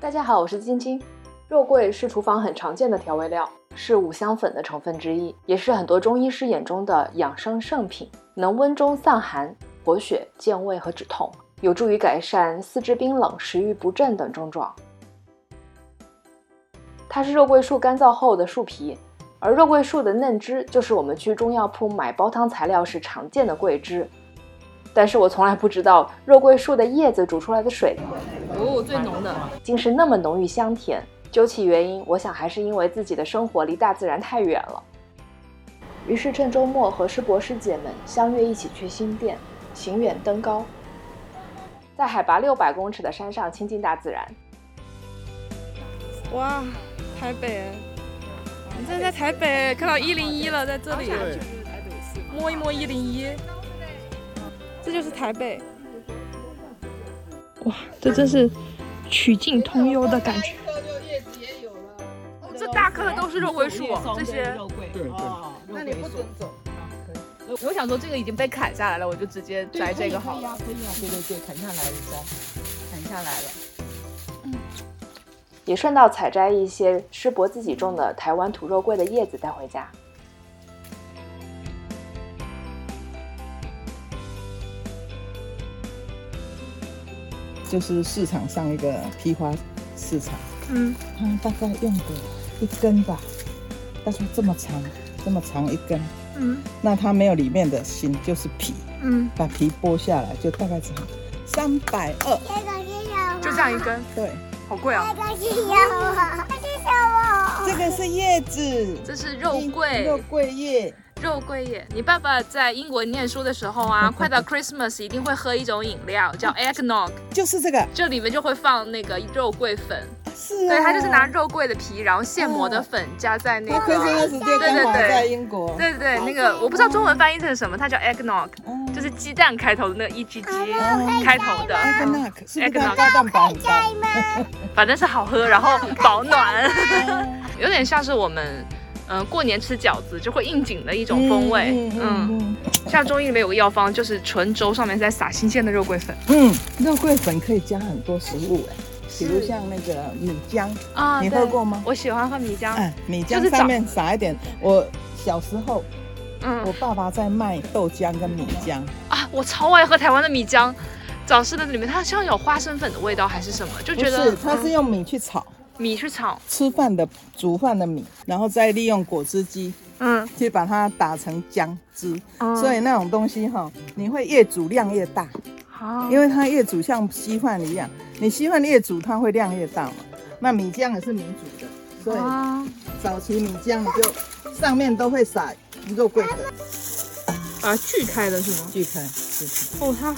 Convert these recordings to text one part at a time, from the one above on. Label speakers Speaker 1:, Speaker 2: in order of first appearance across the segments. Speaker 1: 大家好，我是晶晶。肉桂是厨房很常见的调味料，是五香粉的成分之一，也是很多中医师眼中的养生圣品，能温中散寒、活血、健胃和止痛，有助于改善四肢冰冷、食欲不振等症状。它是肉桂树干燥后的树皮，而肉桂树的嫩枝就是我们去中药铺买煲汤材料时常见的桂枝。但是我从来不知道肉桂树的叶子煮出来的水
Speaker 2: 哦，最浓的，
Speaker 1: 竟是那么浓郁香甜。究其原因，我想还是因为自己的生活离大自然太远了。于是趁周末和师伯师姐们相约一起去新店，行远登高，在海拔六百公尺的山上亲近大自然。
Speaker 2: 哇，台北，你现在在台北看到一零一了，在这里
Speaker 3: 对，
Speaker 2: 摸一摸一零一，这就是台北，哇，这真是曲径通幽的感觉。这大棵的都是肉桂树，这些。
Speaker 3: 对对
Speaker 4: 哦
Speaker 5: 那你不准走。
Speaker 2: 我想说这个已经被砍下来了，我就直接摘这个好了。
Speaker 5: 可以啊，对对对，砍下来了，摘，砍下来了。
Speaker 1: 也顺道采摘一些师伯自己种的台湾土肉桂的叶子带回家。
Speaker 5: 就是市场上一个批发市场，
Speaker 2: 嗯，
Speaker 5: 它大概用的一根吧，大概这么长，这么长一根。
Speaker 2: 嗯
Speaker 5: 那它没有里面的心，就是皮，
Speaker 2: 嗯，
Speaker 5: 把皮剥下来就大概长三百二。
Speaker 2: 就
Speaker 6: 这个啊是什么？
Speaker 2: 这样一根，
Speaker 5: 对，
Speaker 2: 好贵啊！
Speaker 6: 这个是什么？这是什么？
Speaker 5: 这个是叶子，
Speaker 2: 哦这是肉桂，
Speaker 5: 肉桂叶。
Speaker 2: 嗯肉桂叶，你爸爸在英国念书的时候 啊，快到 Christmas 一定会喝一种饮料 叫 eggnog，
Speaker 5: 就是这个，啊
Speaker 2: 这里面就会放那个肉桂粉，
Speaker 5: 是啊，
Speaker 2: 对，它嗯就是拿肉桂的皮，然后现磨的粉加在那
Speaker 5: 他
Speaker 2: 个，
Speaker 5: 亏心
Speaker 2: 对
Speaker 5: 二十
Speaker 2: 对
Speaker 5: 天刚好在
Speaker 2: 对，
Speaker 5: 英国，
Speaker 2: 对对对，那
Speaker 5: 哦
Speaker 2: 个我不知道中文翻译成什么，它叫 eggnog，
Speaker 5: 嗯
Speaker 2: 就是鸡蛋开头的那个 e g g
Speaker 5: 哦
Speaker 2: 开头的，
Speaker 5: 那个那个是不是它
Speaker 2: Eggnog
Speaker 5: 高蛋白很高？
Speaker 2: 反正是好喝，然后保 暖，有点像是我们。嗯，过年吃饺子就会应景的一种风味，嗯，
Speaker 5: 嗯
Speaker 2: 像中医里面有个药方，就是纯粥上面再撒新鲜的肉桂粉，
Speaker 5: 嗯，肉桂粉可以加很多食物哎，比如像那个米浆，
Speaker 2: 啊
Speaker 5: 你喝过吗？
Speaker 2: 我喜欢喝米浆，
Speaker 5: 哎，米
Speaker 2: 就是
Speaker 5: 浆
Speaker 2: 长
Speaker 5: 上面撒一点。我小时候，
Speaker 2: 嗯
Speaker 5: 我爸爸在卖豆浆跟米浆，
Speaker 2: 啊，我超爱喝台湾的米浆，早市的里面它像有花生粉的味道还是什么，就
Speaker 5: 不
Speaker 2: 觉
Speaker 5: 是
Speaker 2: 得，
Speaker 5: 它是
Speaker 2: 嗯
Speaker 5: 用米去炒，
Speaker 2: 米去炒，
Speaker 5: 吃饭的煮饭的米，然后再利用果汁机
Speaker 2: 嗯，
Speaker 5: 去把它打成浆汁。
Speaker 2: 嗯
Speaker 5: 所以那种东西哈，你会越煮量越大，
Speaker 2: 好，
Speaker 5: 因为它越煮像稀饭一样，你稀饭越煮它会量越大嘛。那米浆也是米煮的，所以
Speaker 2: 啊
Speaker 5: 早期米浆你就上面都会撒肉桂粉，
Speaker 2: 啊，锯开的是吗？
Speaker 5: 锯开。
Speaker 2: 哦，它，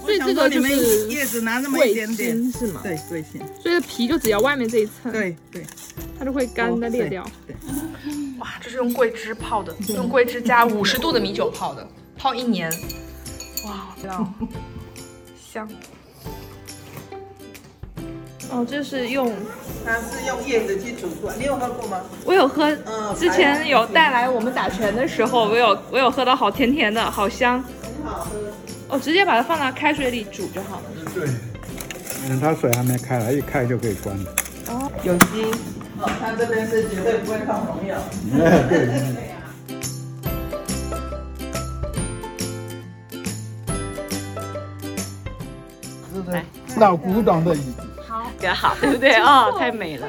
Speaker 5: 我
Speaker 2: 所以
Speaker 5: 想
Speaker 2: 这
Speaker 5: 说
Speaker 2: 个
Speaker 5: 你
Speaker 2: 就
Speaker 5: 们
Speaker 2: 是
Speaker 5: 叶子拿那么一
Speaker 2: 桂
Speaker 5: 点点，
Speaker 2: 心是吗？嗯
Speaker 5: 对桂心，
Speaker 2: 所以皮就只要外面这一层，，
Speaker 5: 对对，
Speaker 2: 它就会干
Speaker 5: 哦
Speaker 2: 的裂
Speaker 5: 对
Speaker 2: 掉。
Speaker 5: 对
Speaker 7: 哇，这是用桂枝泡的，用桂枝加五十度的米酒泡的，泡一年。哇，我知道， 香。
Speaker 2: 哦，这是用
Speaker 5: 它是用叶子去煮出来。你有喝过吗？
Speaker 2: 我有喝
Speaker 5: 嗯，
Speaker 2: 之前有带来我们打拳的时候，我有我有喝到好甜甜的，好香，我、直接把它放到开水里煮就好了。
Speaker 3: 对，嗯，它水还没开来，一开就可以关了。
Speaker 5: 有机。哦，它这边是绝对不会放农药。
Speaker 3: 哎，对，嗯
Speaker 4: 老古董的椅子。
Speaker 2: 也好， 对不对啊、太美了。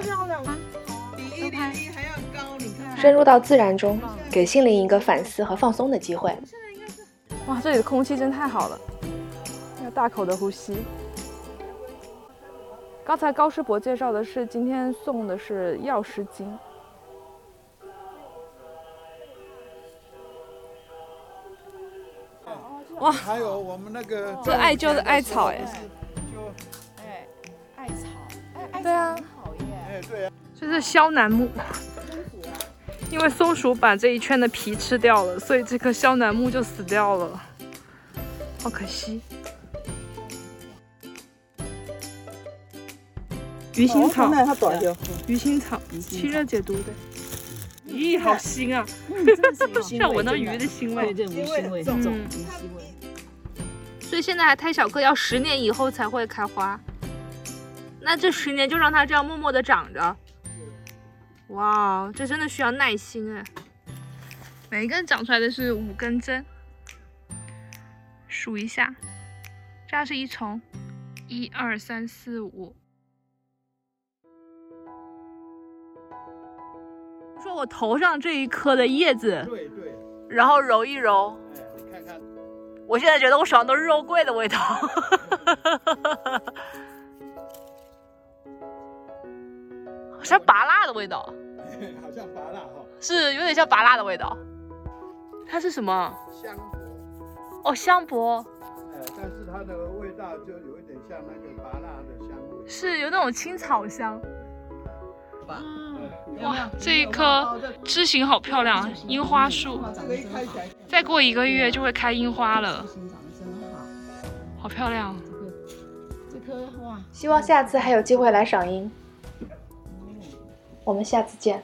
Speaker 5: 比一零一还要高，你看。
Speaker 1: 深入到自然中，给心灵一个反思和放松的机会。
Speaker 2: 哇，这里的空气真太好了，要大口的呼吸。刚才高师伯介绍的是今天送的是药师经，
Speaker 3: 还有我们那个
Speaker 2: 哦这艾灸的艾草哎，
Speaker 3: 就
Speaker 2: 对啊，
Speaker 3: 哎对啊，
Speaker 2: 这是萧楠木。因为松鼠把这一圈的皮吃掉了，所以这棵萧楠木就死掉了，好可惜。鱼腥草，
Speaker 5: 那哦它短就
Speaker 2: 鱼腥草，清热解毒的。咦，好腥啊！像闻到鱼的腥味。
Speaker 4: 这无腥味，
Speaker 2: 嗯
Speaker 4: 这种无腥味。
Speaker 2: 所以现在还胎小棵要十年以后才会开花。那这十年就让它这样默默的长着。哇，这真的需要耐心哎。每一根长出来的是五根针，数一下，这样是一丛，一二三四五。说我头上这一颗的叶子，
Speaker 4: 对对，
Speaker 2: 然后揉一揉，
Speaker 4: 哎，你看看，
Speaker 2: 我现在觉得我手上都是肉桂的味道。好像拔蜡的味道，
Speaker 4: 哎好像拔蜡哈，
Speaker 2: 是有点像拔蜡的味道。它是什么？
Speaker 4: 香柏，
Speaker 2: 哦，香柏，
Speaker 4: 哎，但是它的味道就有一点像那个拔蜡的香味。
Speaker 2: 是有那种青草香。
Speaker 4: 嗯，
Speaker 2: 哇，这一棵枝形好漂亮，樱花树。
Speaker 5: 这个一开起来，
Speaker 2: 再过一个月就会开樱花了，
Speaker 8: 生长得真好，
Speaker 2: 好漂亮。啊
Speaker 8: 这棵哇，
Speaker 1: 希望下次还有机会来赏樱。我们下次见。